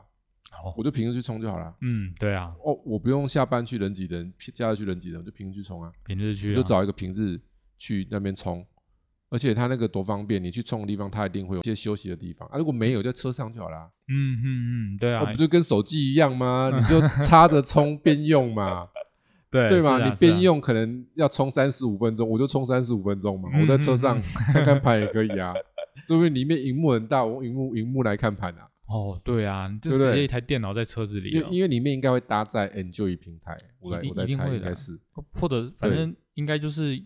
[SPEAKER 1] 好，
[SPEAKER 2] 我就平日去充就好了。
[SPEAKER 1] 嗯对啊，
[SPEAKER 2] 哦，我不用下班去人挤人，假日去人挤人，我就平日去充啊，
[SPEAKER 1] 平日
[SPEAKER 2] 我
[SPEAKER 1] 去啊
[SPEAKER 2] 就找一个平日去那边充，而且它那个多方便，你去充的地方它一定会有一些休息的地方啊，如果没有就在车上就好啊啦。
[SPEAKER 1] 嗯嗯嗯，对啊
[SPEAKER 2] 啊，，不就跟手机一样吗？ 你就插着充边用嘛，
[SPEAKER 1] 对
[SPEAKER 2] 对
[SPEAKER 1] 是
[SPEAKER 2] 吗？
[SPEAKER 1] 啊
[SPEAKER 2] 你
[SPEAKER 1] 是
[SPEAKER 2] 边
[SPEAKER 1] 啊
[SPEAKER 2] 用可能要充三十五分钟，我就充三十五分钟嘛，我在车上
[SPEAKER 1] 嗯
[SPEAKER 2] 看看盘也可以啊。说不定里面荧幕很大，我用荧幕荧幕来看盘啊，
[SPEAKER 1] 哦，对啊，你就
[SPEAKER 2] 对不
[SPEAKER 1] 直
[SPEAKER 2] 对
[SPEAKER 1] 接一台电脑在车子里哦
[SPEAKER 2] 因
[SPEAKER 1] 了
[SPEAKER 2] 为，因为里面应该会搭载 Enjoy 平台，我来
[SPEAKER 1] 一
[SPEAKER 2] 我来
[SPEAKER 1] 一定
[SPEAKER 2] 猜
[SPEAKER 1] 会
[SPEAKER 2] 应
[SPEAKER 1] 的啊
[SPEAKER 2] 该是。
[SPEAKER 1] 或者反
[SPEAKER 2] 对
[SPEAKER 1] 正应该就是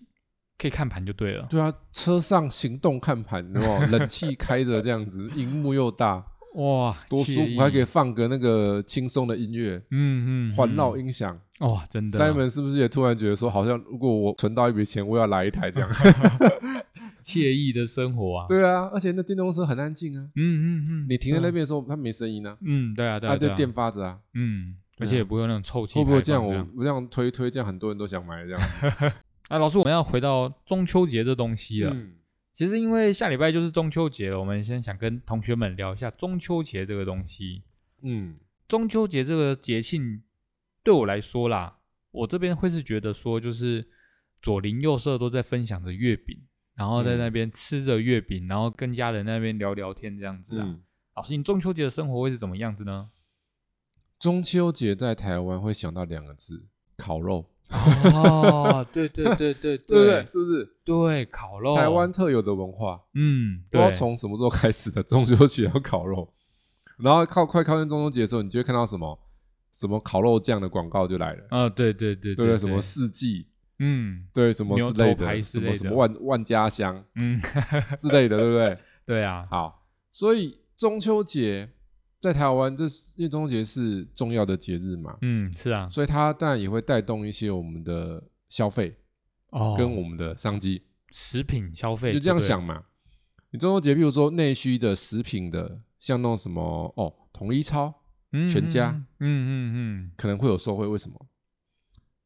[SPEAKER 1] 可以看盘就对了。
[SPEAKER 2] 对啊，车上行动看盘，哦，冷气开着这样子，荧幕又大，
[SPEAKER 1] 哇，
[SPEAKER 2] 多舒
[SPEAKER 1] 惬
[SPEAKER 2] 服，还可以
[SPEAKER 1] 意
[SPEAKER 2] 放个那个轻松的音乐，
[SPEAKER 1] 嗯嗯
[SPEAKER 2] 环绕
[SPEAKER 1] 嗯
[SPEAKER 2] 音响。
[SPEAKER 1] 哇，真的啊
[SPEAKER 2] Simon 嗯是不是也突然觉得说，好像如果我存到一笔钱，我要来一台 这样？
[SPEAKER 1] 惬意的生活啊。
[SPEAKER 2] 对啊，而且那电动车很安静啊，
[SPEAKER 1] 嗯嗯嗯，
[SPEAKER 2] 你停在那
[SPEAKER 1] 对啊
[SPEAKER 2] 边的时候，它没声音啊，
[SPEAKER 1] 嗯，对啊对啊
[SPEAKER 2] 它
[SPEAKER 1] 对
[SPEAKER 2] 就
[SPEAKER 1] 啊，
[SPEAKER 2] 电发着啊。
[SPEAKER 1] 嗯，而
[SPEAKER 2] 对啊
[SPEAKER 1] 且也不会有那种臭气排
[SPEAKER 2] 会不
[SPEAKER 1] 放。
[SPEAKER 2] 会这样？我我这样推一推，这样很多人都想买这样。
[SPEAKER 1] 啊，老师，我们要回到中秋节这东西了。
[SPEAKER 2] 嗯，
[SPEAKER 1] 其实因为下礼拜就是中秋节了，我们先想跟同学们聊一下中秋节这个东西。
[SPEAKER 2] 嗯，
[SPEAKER 1] 中秋节这个节庆对我来说啦，我这边会是觉得说，就是左邻右舍都在分享着月饼，然后
[SPEAKER 2] 嗯
[SPEAKER 1] 在那边吃着月饼，然后跟家人那边聊聊天这样子啊。
[SPEAKER 2] 嗯
[SPEAKER 1] 老师，你中秋节的生活会是怎么样子呢？
[SPEAKER 2] 中秋节在台湾会想到两个字：烤肉，
[SPEAKER 1] 哦，对对对对
[SPEAKER 2] 对不
[SPEAKER 1] 对
[SPEAKER 2] 对？是不是？
[SPEAKER 1] 对，烤肉，
[SPEAKER 2] 哦台湾特有的文化，
[SPEAKER 1] 嗯，
[SPEAKER 2] 不知道
[SPEAKER 1] 对
[SPEAKER 2] 从什么时候开始的， 中秋节要烤肉，然后靠快靠近中秋节的时候，你就会看到什么什么烤肉酱的广告就来了，
[SPEAKER 1] 啊，对对对
[SPEAKER 2] 对不
[SPEAKER 1] 对，
[SPEAKER 2] 对？什么四季，
[SPEAKER 1] 嗯
[SPEAKER 2] 对什么
[SPEAKER 1] 牛
[SPEAKER 2] 之类
[SPEAKER 1] 头牌
[SPEAKER 2] 的，
[SPEAKER 1] 之
[SPEAKER 2] 什
[SPEAKER 1] 类
[SPEAKER 2] 么
[SPEAKER 1] 的
[SPEAKER 2] 什么万万家香
[SPEAKER 1] 嗯，
[SPEAKER 2] 之类的，对不对？
[SPEAKER 1] 对啊，
[SPEAKER 2] 好，所以中秋节在台湾，这是因为中秋节是重要的节日嘛，
[SPEAKER 1] 嗯，是啊，
[SPEAKER 2] 所以它当然也会带动一些我们的消费
[SPEAKER 1] 哦，
[SPEAKER 2] 跟我们的商机，
[SPEAKER 1] 食品消费
[SPEAKER 2] 就这样
[SPEAKER 1] 对
[SPEAKER 2] 想嘛。你中秋节，比如说内需的食品的，像那种什么哦，统一超
[SPEAKER 1] 嗯
[SPEAKER 2] 全家
[SPEAKER 1] 嗯嗯
[SPEAKER 2] 可能会有受惠，为什么？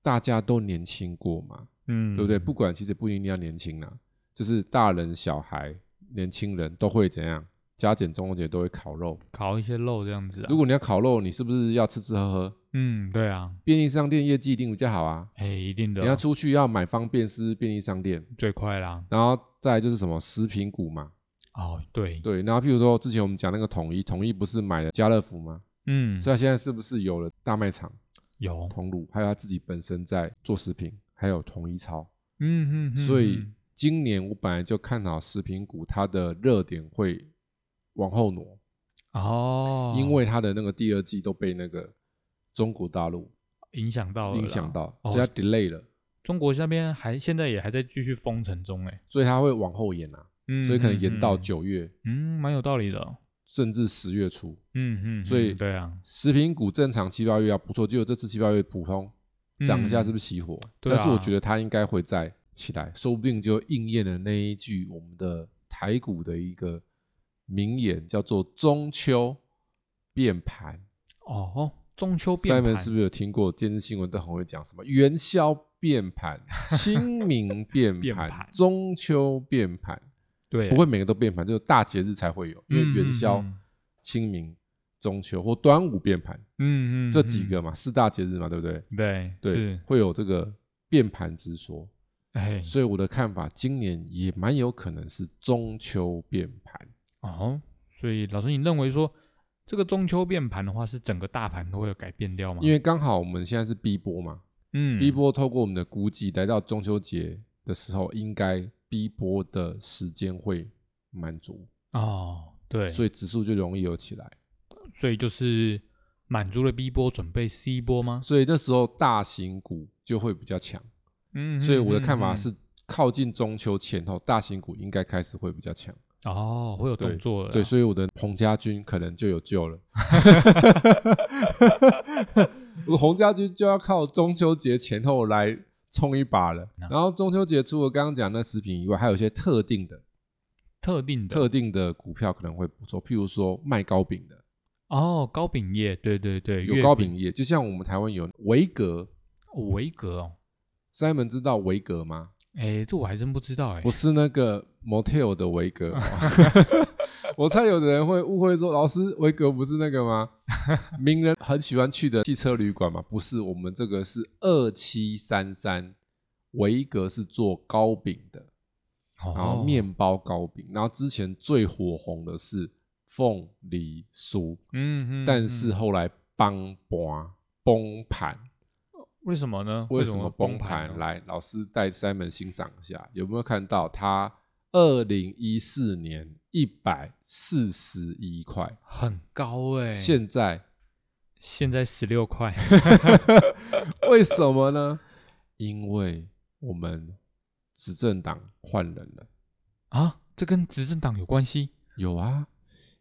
[SPEAKER 2] 大家都年轻过嘛，
[SPEAKER 1] 嗯嗯，
[SPEAKER 2] 对不对？不管其实不一定要年轻啦，就是大人、小孩、年轻人都会怎样？加减中秋节都会烤肉，
[SPEAKER 1] 烤一些肉这样子啊。
[SPEAKER 2] 如果你要烤肉，你是不是要吃吃喝喝？
[SPEAKER 1] 嗯，对啊，
[SPEAKER 2] 便利商店业绩一定比较好啊。
[SPEAKER 1] 哎，一定的，
[SPEAKER 2] 你要出去要买方便是便利商店，
[SPEAKER 1] 最快啦。
[SPEAKER 2] 然后再来就是什么食品股嘛，
[SPEAKER 1] 哦，对，
[SPEAKER 2] 对。然后譬如说之前我们讲那个统一，统一不是买了家乐福吗？
[SPEAKER 1] 嗯，
[SPEAKER 2] 所以它现在是不啊是有了大卖场、
[SPEAKER 1] 有，
[SPEAKER 2] 通路，还有它自己本身在做食品，还有统一超。
[SPEAKER 1] 嗯嗯嗯，
[SPEAKER 2] 所以
[SPEAKER 1] 嗯
[SPEAKER 2] 今年我本来就看好食品股，它的热点会往后挪，
[SPEAKER 1] 哦，
[SPEAKER 2] 因为它的那个第二季都被那个中国大陆
[SPEAKER 1] 影响到了啦，
[SPEAKER 2] 影响到，
[SPEAKER 1] 哦
[SPEAKER 2] 所以它 delay 了。
[SPEAKER 1] 中国那边还现在也还在继续封城中，哎，
[SPEAKER 2] 所以它会往后延啊，
[SPEAKER 1] 嗯，
[SPEAKER 2] 所以可能延到
[SPEAKER 1] 嗯，
[SPEAKER 2] 九月、
[SPEAKER 1] 嗯，嗯蛮有道理的，
[SPEAKER 2] 甚至十月初。
[SPEAKER 1] 嗯嗯，
[SPEAKER 2] 所以
[SPEAKER 1] 嗯对啊，
[SPEAKER 2] 食品股正常七八月要不错，结果这次七八月普通
[SPEAKER 1] 嗯
[SPEAKER 2] 涨一下，是不是熄火？
[SPEAKER 1] 对啊
[SPEAKER 2] 但是我觉得它应该会再起来，说不定就应验了那一句我们的台股的一个名言，叫做“中秋变盘
[SPEAKER 1] 哦哦，中秋”。变
[SPEAKER 2] Simon
[SPEAKER 1] 盘
[SPEAKER 2] 是不是有听过？电视新闻都很会讲什么元宵变 盘、清明变
[SPEAKER 1] 变
[SPEAKER 2] 盘
[SPEAKER 1] 盘、
[SPEAKER 2] 中秋变盘。
[SPEAKER 1] 对，
[SPEAKER 2] 不会每个都变盘，就是大节日才会有，因为元宵、
[SPEAKER 1] 嗯嗯嗯
[SPEAKER 2] 清明、中秋或端午变盘、
[SPEAKER 1] 嗯嗯，
[SPEAKER 2] 这几
[SPEAKER 1] 嗯
[SPEAKER 2] 个嘛，四大节日嘛，对不对？
[SPEAKER 1] 对
[SPEAKER 2] 对
[SPEAKER 1] 是，
[SPEAKER 2] 会有这个变盘之说。
[SPEAKER 1] 哎
[SPEAKER 2] 所以我的看法，今年也蛮有可能是中秋变盘。
[SPEAKER 1] 哦，所以老师，你认为说这个中秋变盘的话，是整个大盘都会有改变掉吗？
[SPEAKER 2] 因为刚好我们现在是 B 波嘛，
[SPEAKER 1] 嗯，
[SPEAKER 2] 逼波透过我们的估计，来到中秋节的时候，应该逼波的时间会满足，
[SPEAKER 1] 哦，对，所
[SPEAKER 2] 所以指数就容易有起来。
[SPEAKER 1] 以所以就是满足了 B 波，准备 C 波吗？
[SPEAKER 2] 所以那时候大型股就会比较强。
[SPEAKER 1] 嗯，
[SPEAKER 2] 所以我的
[SPEAKER 1] 嗯
[SPEAKER 2] 看法
[SPEAKER 1] 嗯
[SPEAKER 2] 是，靠近中秋前后，大型股应该开始会比较强。
[SPEAKER 1] 哦，会有动作了，
[SPEAKER 2] 对，，啊所以我的洪家军可能就有救了。 我洪家军就要靠中秋节前后来冲一把了。然后中秋节除了刚刚讲的那食品以外，还有一些特定的、
[SPEAKER 1] 特定的
[SPEAKER 2] 特定的股票可能会不错，譬如说卖糕饼的，
[SPEAKER 1] 哦，糕饼业，对对对，
[SPEAKER 2] 有
[SPEAKER 1] 月
[SPEAKER 2] 糕饼业，就像我们台湾有维格
[SPEAKER 1] 哦维格哦，
[SPEAKER 2] ，Simon 知道维格吗？
[SPEAKER 1] 哎，这我还真不知道哎
[SPEAKER 2] 不，是那个 motel 的 维格。我猜有的人会误会说，老师维格不是那 个吗？名人很喜欢去的汽车旅馆嘛？不是，我们这个是二七三三，维格是做糕饼的，然后
[SPEAKER 1] 哦，
[SPEAKER 2] 面包糕饼，然后之前最火红的是凤梨酥，
[SPEAKER 1] 嗯嗯，
[SPEAKER 2] 但
[SPEAKER 1] 嗯
[SPEAKER 2] 是后来崩盘崩盘，
[SPEAKER 1] 为什么呢？
[SPEAKER 2] 为
[SPEAKER 1] 什
[SPEAKER 2] 什么
[SPEAKER 1] 崩哦
[SPEAKER 2] 崩盘？
[SPEAKER 1] 来？
[SPEAKER 2] 来，老师带 Simon 欣赏一下，有没有看到它二零一四年一百四十一块，
[SPEAKER 1] 很高哎，
[SPEAKER 2] 现在
[SPEAKER 1] 现在十六 块，
[SPEAKER 2] 为什么呢？因为我们执政党换人了。
[SPEAKER 1] 啊，这跟执政党有关系
[SPEAKER 2] 有啊，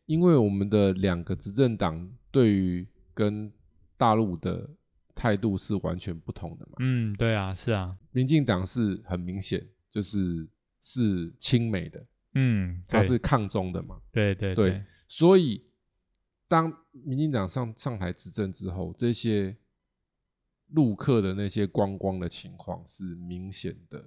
[SPEAKER 2] 因为我们的两个执政党对于跟大陆的态度是完全不同的嘛。
[SPEAKER 1] 嗯，对啊，是啊，
[SPEAKER 2] 民进党是很明显就是是亲美的，
[SPEAKER 1] 嗯，
[SPEAKER 2] 它
[SPEAKER 1] 对
[SPEAKER 2] 是抗中的嘛。
[SPEAKER 1] 对对
[SPEAKER 2] 对，所以当民进党上上台执政之后，这些陆客的那些观光的情况是明显的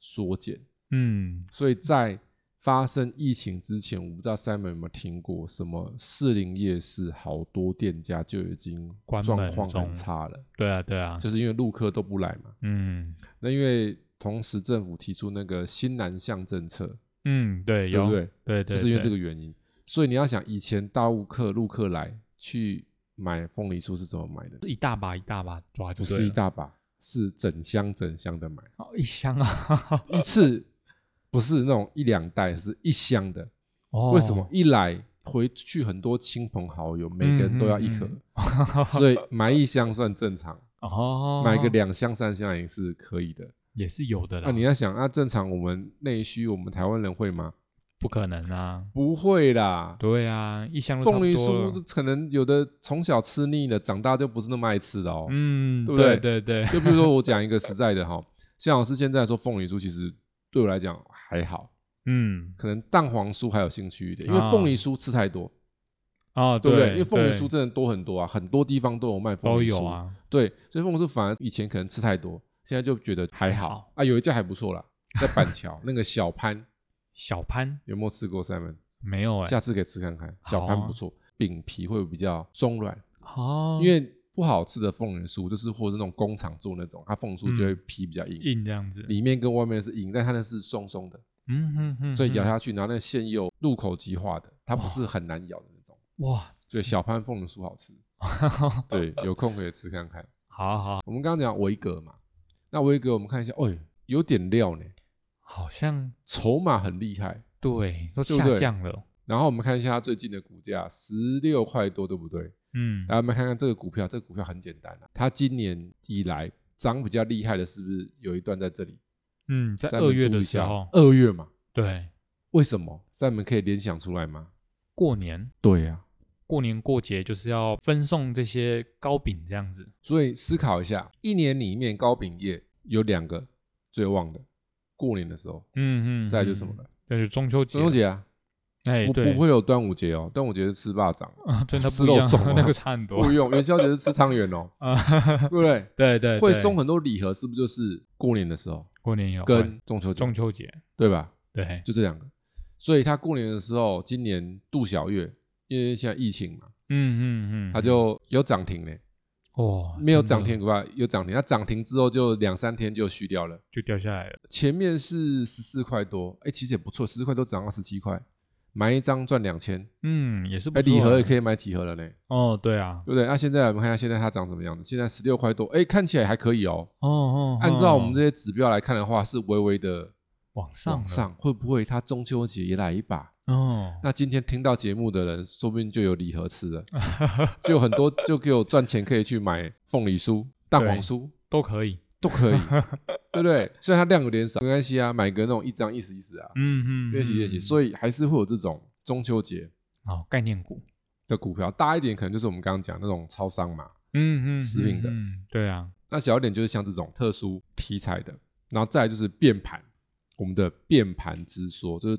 [SPEAKER 2] 缩减。
[SPEAKER 1] 嗯，
[SPEAKER 2] 所以在发生疫情之前，我不知道 Simon 有没有听过，什么士林夜市好多店家就已经
[SPEAKER 1] 关门
[SPEAKER 2] 状况
[SPEAKER 1] 中
[SPEAKER 2] 很差了，
[SPEAKER 1] 对啊对啊，
[SPEAKER 2] 就是因为陆客都不来嘛。
[SPEAKER 1] 嗯
[SPEAKER 2] 那因为同时政府提出那个新南向政策，
[SPEAKER 1] 嗯，对，
[SPEAKER 2] 对
[SPEAKER 1] 有
[SPEAKER 2] 不对？
[SPEAKER 1] 对对，
[SPEAKER 2] 就是因为
[SPEAKER 1] 对
[SPEAKER 2] 这个原因。所以你要想，以前大陆客、陆客来去买凤梨酥是怎么买的？
[SPEAKER 1] 是一大把一大把抓就
[SPEAKER 2] 不
[SPEAKER 1] 对了，
[SPEAKER 2] 是一大把，是整箱整箱的买，
[SPEAKER 1] 哦一箱 啊，
[SPEAKER 2] 一次不是那种一两袋，是一箱的。
[SPEAKER 1] 哦
[SPEAKER 2] 为什么？一来回去很多亲朋好友，每个人都要一盒
[SPEAKER 1] 嗯，
[SPEAKER 2] 所以买一箱算正常，
[SPEAKER 1] 哦，
[SPEAKER 2] 买个两箱、三箱也是可以的。
[SPEAKER 1] 也是有的啦，
[SPEAKER 2] 那你要想，啊，正常我们内需，我们台湾人会吗？
[SPEAKER 1] 不可能啊，
[SPEAKER 2] 不会啦，
[SPEAKER 1] 对啊，一箱都差
[SPEAKER 2] 凤
[SPEAKER 1] 不
[SPEAKER 2] 梨
[SPEAKER 1] 多了
[SPEAKER 2] 酥可能有的从小吃腻了，长大就不是那么爱吃的哦。
[SPEAKER 1] 嗯，
[SPEAKER 2] 对不
[SPEAKER 1] 对
[SPEAKER 2] 对
[SPEAKER 1] 对对，
[SPEAKER 2] 就比如说我讲一个实在的哈，像老师现在说凤梨酥，其实对我来讲还好，
[SPEAKER 1] 嗯，
[SPEAKER 2] 可能蛋黄酥还有兴趣一点，因
[SPEAKER 1] 啊
[SPEAKER 2] 为凤梨酥吃太多，
[SPEAKER 1] 哦，
[SPEAKER 2] 对不
[SPEAKER 1] 对
[SPEAKER 2] 对？因为凤梨酥真的多很多啊，很多地方都有卖凤
[SPEAKER 1] 都
[SPEAKER 2] 梨酥。
[SPEAKER 1] 有啊，
[SPEAKER 2] 对，所以凤梨酥反而以前可能吃太多，现在就觉得还好
[SPEAKER 1] 好
[SPEAKER 2] 啊。有一家还不错啦，在板桥那个小潘，
[SPEAKER 1] 小潘
[SPEAKER 2] 有没有吃过 Simon？
[SPEAKER 1] 没有哎，
[SPEAKER 2] 下次可以吃看看，小
[SPEAKER 1] 好
[SPEAKER 2] 潘
[SPEAKER 1] 啊
[SPEAKER 2] 不错，饼皮会比较松软，
[SPEAKER 1] 哦，
[SPEAKER 2] 因为不好吃的凤梨酥就是或是那种工厂做那种，它凤梨酥就会皮比较硬，
[SPEAKER 1] 嗯硬这样子，
[SPEAKER 2] 里面跟外面是硬，但它那是松松的，
[SPEAKER 1] 嗯哼哼，
[SPEAKER 2] 所以咬
[SPEAKER 1] 哼
[SPEAKER 2] 下去，然后那个馅又入口即化的，它不是很难咬的那种。
[SPEAKER 1] 哇，
[SPEAKER 2] 所以小潘凤梨酥好吃，对，有空可以吃看看。
[SPEAKER 1] 好好，
[SPEAKER 2] 我们刚刚讲维格嘛，那维格我们看一下，哦、有点料呢，
[SPEAKER 1] 好像
[SPEAKER 2] 筹码很厉害。
[SPEAKER 1] 对，都
[SPEAKER 2] 对不
[SPEAKER 1] 下
[SPEAKER 2] 对
[SPEAKER 1] 降了，
[SPEAKER 2] 然后我们看一下它最近的股价，十六块多，对不对？
[SPEAKER 1] 嗯
[SPEAKER 2] 来，我们看看这个股票，这个股票很简单啊，它今年以来涨比较厉害的，是不是有一段在这里？
[SPEAKER 1] 嗯，在
[SPEAKER 2] 三
[SPEAKER 1] 二
[SPEAKER 2] 门
[SPEAKER 1] 月
[SPEAKER 2] 注意
[SPEAKER 1] 的
[SPEAKER 2] 一
[SPEAKER 1] 时
[SPEAKER 2] 下
[SPEAKER 1] 候，
[SPEAKER 2] 二月嘛，
[SPEAKER 1] 对，
[SPEAKER 2] 为什么？三门可以联想出来吗？
[SPEAKER 1] 过年
[SPEAKER 2] 对呀、
[SPEAKER 1] 啊过年过节就是要分送这些糕饼这样子，
[SPEAKER 2] 所以思考一下，一年里面糕饼业有两个最旺的，过年的时候，
[SPEAKER 1] 嗯嗯，
[SPEAKER 2] 再来就是什么
[SPEAKER 1] 嗯
[SPEAKER 2] 呢？
[SPEAKER 1] 就是中秋节，
[SPEAKER 2] 中秋，节啊，
[SPEAKER 1] 哎，
[SPEAKER 2] 不
[SPEAKER 1] 对，
[SPEAKER 2] 不会有端午节哦，端午节是吃霸掌，
[SPEAKER 1] 啊， 真的不
[SPEAKER 2] 吃
[SPEAKER 1] 一
[SPEAKER 2] 肉
[SPEAKER 1] 样
[SPEAKER 2] 粽啊，
[SPEAKER 1] 那个差很多，
[SPEAKER 2] 不用，元宵节是吃汤圆哦
[SPEAKER 1] 啊，
[SPEAKER 2] 对不对？
[SPEAKER 1] 对对，
[SPEAKER 2] 会
[SPEAKER 1] 对
[SPEAKER 2] 送很多礼盒，是不是就是过年的时候
[SPEAKER 1] 过年有会
[SPEAKER 2] 跟中秋节
[SPEAKER 1] 中秋节，
[SPEAKER 2] 对吧？
[SPEAKER 1] 对，
[SPEAKER 2] 就这两个，所以他过年的时候，今年杜小月因为现在疫情嘛，
[SPEAKER 1] 嗯嗯嗯，
[SPEAKER 2] 他就有涨停嘞，
[SPEAKER 1] 哦
[SPEAKER 2] 没有
[SPEAKER 1] 真
[SPEAKER 2] 涨
[SPEAKER 1] 的
[SPEAKER 2] 停股票有涨停，它涨停之后就两三天就虚掉了。
[SPEAKER 1] 就掉下来了，
[SPEAKER 2] 前面是十四块多，哎，其实也不错，十四块多涨到十七块。买一张赚两千，
[SPEAKER 1] 嗯，也是不
[SPEAKER 2] 哎，
[SPEAKER 1] 错啊。
[SPEAKER 2] 礼盒也可以买几盒了呢，
[SPEAKER 1] 哦，对啊，
[SPEAKER 2] 对不对？那、现在我们看一下现在它长什么样子，现在十六块多，哎，看起来还可以哦。
[SPEAKER 1] 哦哦，
[SPEAKER 2] 按照我们
[SPEAKER 1] 哦
[SPEAKER 2] 这些指标来看的话，是微微的
[SPEAKER 1] 往上
[SPEAKER 2] 往
[SPEAKER 1] 了，
[SPEAKER 2] 上，会不会它中秋节也来一把？
[SPEAKER 1] 哦，
[SPEAKER 2] 那今天听到节目的人，说不定就有礼盒 吃了，就有很多就给我赚钱可以去买凤梨酥、蛋黄酥
[SPEAKER 1] 都可以。
[SPEAKER 2] 都可以，对不对？虽然它量有点少，没关系啊，买个那种一张意思意思啊，
[SPEAKER 1] 嗯嗯，
[SPEAKER 2] 练习练习，
[SPEAKER 1] 以
[SPEAKER 2] 所以还是会有这种中秋节
[SPEAKER 1] 哦，概念股，
[SPEAKER 2] 的股票，大一点可能就是我们刚刚讲那种超商嘛，
[SPEAKER 1] 嗯嗯，
[SPEAKER 2] 食品的
[SPEAKER 1] 嗯，嗯对啊，
[SPEAKER 2] 那小一点就是像这种特殊题材的，然后再来就是变盘，我们的变盘之说，就是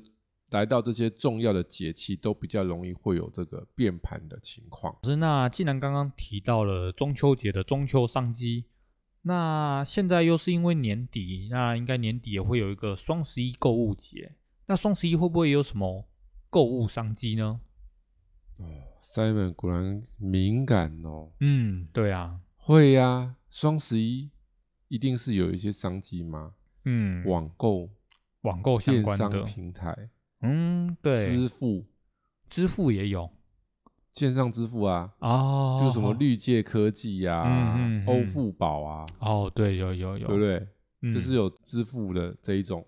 [SPEAKER 2] 来到这些重要的节气，都比较容易会有这个变盘的情况。
[SPEAKER 1] 可是那既然刚刚提到了中秋节的中秋商机，那现在又是因为年底，那应该年底也会有一个双十一购物节，那双十一会不会有什么购物商机呢？
[SPEAKER 2] Simon 果然敏感哦，
[SPEAKER 1] 嗯，对啊，
[SPEAKER 2] 会呀、双十一一定是有一些商机吗？
[SPEAKER 1] 嗯，
[SPEAKER 2] 网购、
[SPEAKER 1] 网购相
[SPEAKER 2] 电
[SPEAKER 1] 关
[SPEAKER 2] 商
[SPEAKER 1] 的，
[SPEAKER 2] 平台、
[SPEAKER 1] 嗯，对，
[SPEAKER 2] 支付、
[SPEAKER 1] 支付也有
[SPEAKER 2] 线上支付啊，
[SPEAKER 1] 哦，
[SPEAKER 2] 就什么绿界科技呀、
[SPEAKER 1] 嗯嗯嗯
[SPEAKER 2] 欧付宝啊，
[SPEAKER 1] 哦，对，有有有，
[SPEAKER 2] 对不对？
[SPEAKER 1] 嗯
[SPEAKER 2] 就是有支付的这一种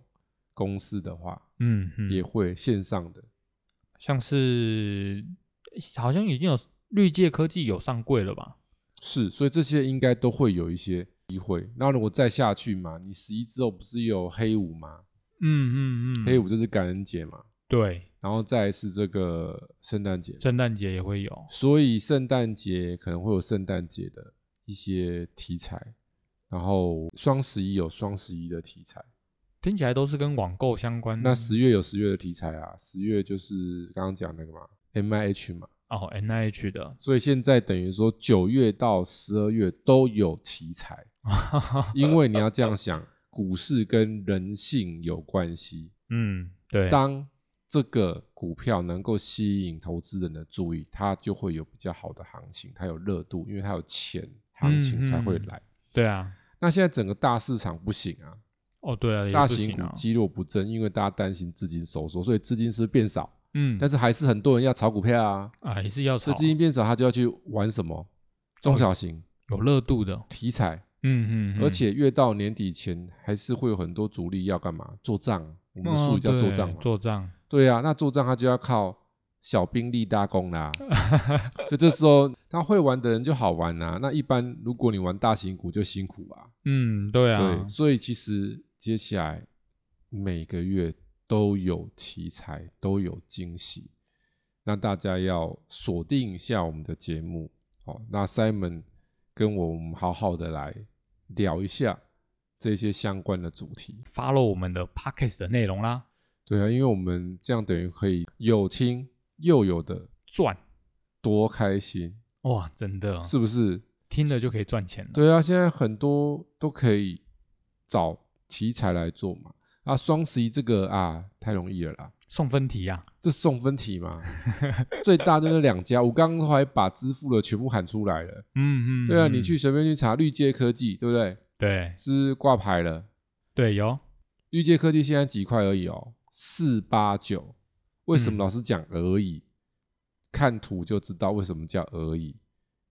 [SPEAKER 2] 公司的话，
[SPEAKER 1] 嗯嗯，
[SPEAKER 2] 也会线上的。
[SPEAKER 1] 像是好像已经有绿界科技有上柜了吧？
[SPEAKER 2] 是，所以这些应该都会有一些机会。那如果再下去嘛，你十一之后不是有黑五嘛？
[SPEAKER 1] 嗯嗯嗯，
[SPEAKER 2] 黑五就是感恩节嘛，
[SPEAKER 1] 对，
[SPEAKER 2] 然后再来是这个圣诞节，
[SPEAKER 1] 圣诞节也会有，
[SPEAKER 2] 所以圣诞节可能会有圣诞节的一些题材，然后双十一有双十一的题材，
[SPEAKER 1] 听起来都是跟网购相关。
[SPEAKER 2] 那十月有十月的题材啊，十月就是刚刚讲那个嘛，M I H 嘛。
[SPEAKER 1] 哦 N I H 的，
[SPEAKER 2] 所以现在等于说九月到十二月都有题材，因为你要这样想，股市跟人性有关系。
[SPEAKER 1] 嗯，对，
[SPEAKER 2] 当这个股票能够吸引投资人的注意，它就会有比较好的行情，它有热度，因为它有钱，行情才会来。
[SPEAKER 1] 对啊，
[SPEAKER 2] 那现在整个大市场不行啊，
[SPEAKER 1] 哦对啊，也
[SPEAKER 2] 大
[SPEAKER 1] 不
[SPEAKER 2] 型
[SPEAKER 1] 行
[SPEAKER 2] 股
[SPEAKER 1] 啊，
[SPEAKER 2] 基弱不振，因为大家担心资金收缩，所以资金是不是变少，
[SPEAKER 1] 嗯，
[SPEAKER 2] 但是还是很多人要炒股票啊。
[SPEAKER 1] 啊也是要
[SPEAKER 2] 所
[SPEAKER 1] 炒
[SPEAKER 2] 以资金变少，他就要去玩什么中小型
[SPEAKER 1] 有热度的，
[SPEAKER 2] 题材，
[SPEAKER 1] 嗯嗯，嗯
[SPEAKER 2] 而且越到年底前，还是会有很多主力要干嘛做账，我们的术语叫做账
[SPEAKER 1] 哦
[SPEAKER 2] 嘛
[SPEAKER 1] 对。做账，
[SPEAKER 2] 对啊，那做账他就要靠小兵力大功啦。 所以这时候他会玩的人就好玩啦、那一般如果你玩大型股就辛苦啊。
[SPEAKER 1] 嗯，对啊
[SPEAKER 2] 对，，所以其实接下来每个月都有题材，都有惊喜。那大家要锁定一下我们的节目，好、那 Simon 跟我们好好的来聊一下这些相关的主题。
[SPEAKER 1] 发了我们的 Pockets 的内容啦，
[SPEAKER 2] 对啊，因为我们这样等于可以有听又有的，
[SPEAKER 1] 赚
[SPEAKER 2] 多开心，
[SPEAKER 1] 哇，真的，
[SPEAKER 2] 是不是？
[SPEAKER 1] 听了就可以赚钱了，
[SPEAKER 2] 对啊，现在很多都可以找题材来做嘛。啊，双十一这个啊，太容易了啦。
[SPEAKER 1] 送分题啊，
[SPEAKER 2] 这送分题嘛，最大就那两家，我刚刚还把支付的全部喊出来了。
[SPEAKER 1] 嗯嗯，
[SPEAKER 2] 对啊，
[SPEAKER 1] 嗯
[SPEAKER 2] 你去随便去查绿界科技，对不对？
[SPEAKER 1] 对
[SPEAKER 2] 是不是挂牌了。
[SPEAKER 1] 对有，
[SPEAKER 2] 绿界科技现在几块而已哦，四八九。为什么老是讲而已？看图就知道为什么叫而已，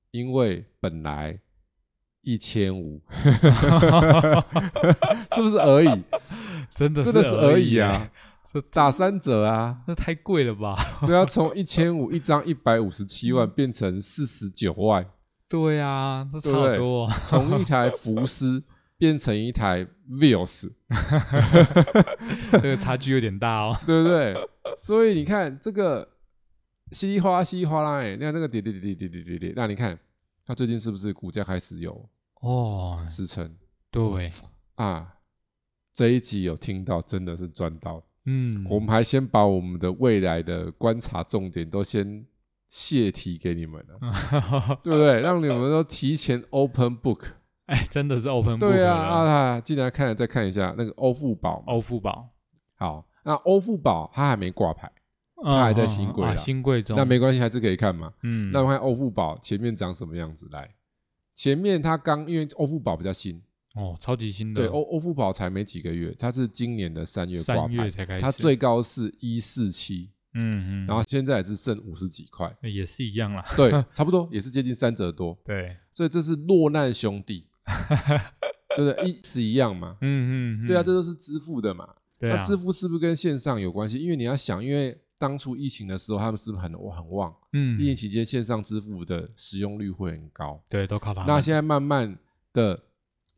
[SPEAKER 2] 因为本来一千五， 是不是而已？
[SPEAKER 1] 真的
[SPEAKER 2] 真的是而已
[SPEAKER 1] 耶
[SPEAKER 2] 啊，
[SPEAKER 1] 这
[SPEAKER 2] 打三折 啊。
[SPEAKER 1] 那太贵了吧？
[SPEAKER 2] 对啊，从一千五一张一百五十七万变成四十九万，
[SPEAKER 1] 对啊，这差
[SPEAKER 2] 对不
[SPEAKER 1] 好
[SPEAKER 2] 对
[SPEAKER 1] 多、 啊。
[SPEAKER 2] 从一台福斯变成一台 Vios，
[SPEAKER 1] 这个差距有点大哦。
[SPEAKER 2] 对不对？ 所以你看这个稀里哗啦稀里哗啦、欸，哎，那那个跌跌跌跌跌跌跌，那你看它最近是不是股价开始有
[SPEAKER 1] 哦，
[SPEAKER 2] 支撑
[SPEAKER 1] 对，
[SPEAKER 2] 啊？这一集有听到，真的是赚到。
[SPEAKER 1] 嗯，
[SPEAKER 2] 我们还先把我们的未来的观察重点都先泄题给你们了， 对不对？让你们都提前 open book。
[SPEAKER 1] 哎，真的是 open book
[SPEAKER 2] 对啊，
[SPEAKER 1] 了
[SPEAKER 2] 啊，进来看了再看一下那个欧付宝嘛。
[SPEAKER 1] 欧付宝，
[SPEAKER 2] 好，那欧付宝它还没挂牌，
[SPEAKER 1] 嗯
[SPEAKER 2] 还在新贵
[SPEAKER 1] 啊，
[SPEAKER 2] 啦
[SPEAKER 1] 新贵中，
[SPEAKER 2] 那没关系，还是可以看嘛。
[SPEAKER 1] 嗯，
[SPEAKER 2] 那我们看欧付宝前面长什么样子来。前面它刚因为欧付宝比较新，
[SPEAKER 1] 哦，超级新的，
[SPEAKER 2] 对欧欧付宝才没几个月，它是今年的三月挂
[SPEAKER 1] 三月
[SPEAKER 2] 牌，
[SPEAKER 1] 才开始，
[SPEAKER 2] 它最高是一四七，
[SPEAKER 1] 嗯嗯，
[SPEAKER 2] 然后现在也是剩五十几块，
[SPEAKER 1] 也是一样啦，
[SPEAKER 2] 对，差不多也是接近三折多，
[SPEAKER 1] 对，
[SPEAKER 2] 所以这是落难 兄弟，对不对？意思一样嘛，
[SPEAKER 1] 嗯嗯，
[SPEAKER 2] 对啊，这
[SPEAKER 1] 是
[SPEAKER 2] 都是支付的嘛。
[SPEAKER 1] 对
[SPEAKER 2] 那
[SPEAKER 1] 啊，
[SPEAKER 2] 支付是不是跟线上有关系？因为你要想，因为当初疫情的时候，他们是不是很很旺？
[SPEAKER 1] 嗯，
[SPEAKER 2] 疫情期间线上支付的使用率会很高。
[SPEAKER 1] 对，都靠他们，
[SPEAKER 2] 那现在慢慢的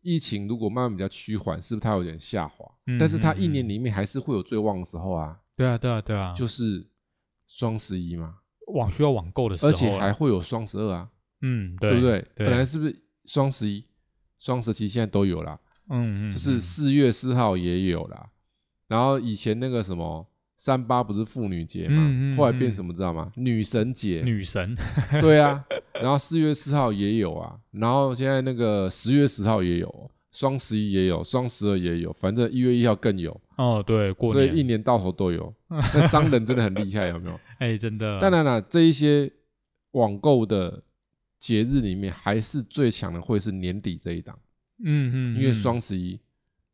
[SPEAKER 2] 疫情如果慢慢比较趋缓，是不是它有点下滑？
[SPEAKER 1] 嗯
[SPEAKER 2] 但是它
[SPEAKER 1] 嗯
[SPEAKER 2] 一
[SPEAKER 1] 嗯
[SPEAKER 2] 年里面还是会有最旺的时候啊，
[SPEAKER 1] 对啊对啊对啊，
[SPEAKER 2] 就是双十一嘛，
[SPEAKER 1] 网需要网购的时候
[SPEAKER 2] 而
[SPEAKER 1] 啦，
[SPEAKER 2] 且还会有双十二啊，
[SPEAKER 1] 嗯，对
[SPEAKER 2] 对不对？
[SPEAKER 1] 对，
[SPEAKER 2] 本来是不是双十一、双十七现在都有啦，
[SPEAKER 1] 嗯嗯，
[SPEAKER 2] 就是
[SPEAKER 1] 嗯
[SPEAKER 2] 四月四号也有啦。然后以前那个什么三八不是妇女节嘛，
[SPEAKER 1] 嗯嗯
[SPEAKER 2] 后来
[SPEAKER 1] 嗯
[SPEAKER 2] 变什么知道吗？女神节，
[SPEAKER 1] 女神，
[SPEAKER 2] 对啊，然后四月四号也有啊，然后现在那个十月十号也有，双十一也有，双十二也有，反正一月一号更有，
[SPEAKER 1] 哦，对，过
[SPEAKER 2] 所以一
[SPEAKER 1] 年，
[SPEAKER 2] 年到头 都有。那商人真的很厉害，有没有？
[SPEAKER 1] 哎，真的，
[SPEAKER 2] 当然啦，这一些网购的节日里面，还是最强的会是年底这一档，
[SPEAKER 1] 嗯嗯，
[SPEAKER 2] 因为
[SPEAKER 1] 嗯
[SPEAKER 2] 双十一、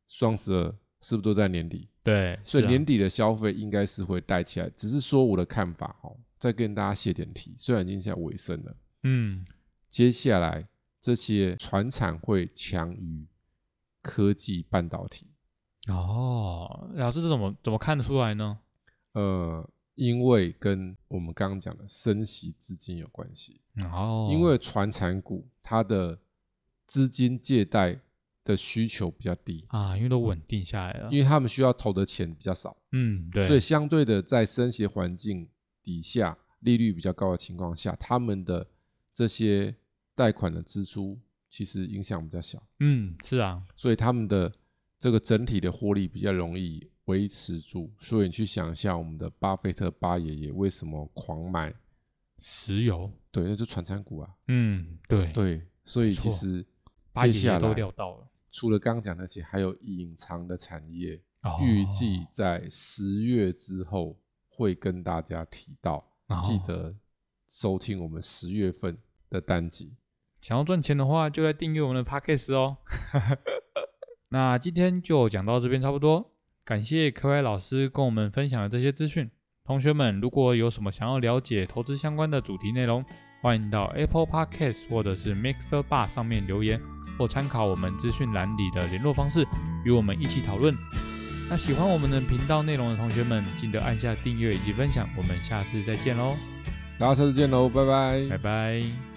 [SPEAKER 2] 双十二是不是都在年底？
[SPEAKER 1] 对，
[SPEAKER 2] 所以
[SPEAKER 1] 是啊
[SPEAKER 2] 年底的消费应该是会带起来。只是说我的看法哦，再跟大家泄点题，虽然已经在尾声了。
[SPEAKER 1] 嗯
[SPEAKER 2] 接下来这些船产会强于科技半导体。
[SPEAKER 1] 哦，老师这怎么怎么看得出来呢？
[SPEAKER 2] 呃，因为跟我们刚刚讲的升息资金有关系，
[SPEAKER 1] 哦，
[SPEAKER 2] 因为船产股它的资金借贷的需求比较低，
[SPEAKER 1] 啊，因为都稳定下来了，
[SPEAKER 2] 因为他们需要投的钱比较少，
[SPEAKER 1] 嗯对，
[SPEAKER 2] 所以相对的在升息环境底下，利率比较高的情况下，他们的这些贷款的支出其实影响比较小。
[SPEAKER 1] 嗯是啊，
[SPEAKER 2] 所以他们的这个整体的获利比较容易维持住。所以你去想一下，我们的巴菲特巴爷爷为什么狂买？
[SPEAKER 1] 石油，
[SPEAKER 2] 对，那就传产股啊。
[SPEAKER 1] 嗯对，
[SPEAKER 2] 对，所以
[SPEAKER 1] 没错
[SPEAKER 2] 其实
[SPEAKER 1] 八
[SPEAKER 2] 接
[SPEAKER 1] 爷
[SPEAKER 2] 下
[SPEAKER 1] 爷都
[SPEAKER 2] 来
[SPEAKER 1] 料到了，
[SPEAKER 2] 除了刚刚讲那些，还有隐藏的产业，
[SPEAKER 1] 哦
[SPEAKER 2] 预计在十月之后会跟大家提到，
[SPEAKER 1] 哦
[SPEAKER 2] 记得收听我们十月份的单集。
[SPEAKER 1] 想要赚钱的话，就来订阅我们的 podcast 哦。 那今天就讲到这边差不多，感谢 KY 老师跟我们分享的这些资讯。同学们，如果有什么想要了解投资相关的主题内容，欢迎到 Apple Podcast 或者是 Mixer Bar 上面留言，或参考我们资讯栏里的联络方式，与我们一起讨论。那喜欢我们的频道内容的同学们，记得按下订阅以及分享。我们下次再见喽，
[SPEAKER 2] 大家下次见喽，拜拜
[SPEAKER 1] 拜拜。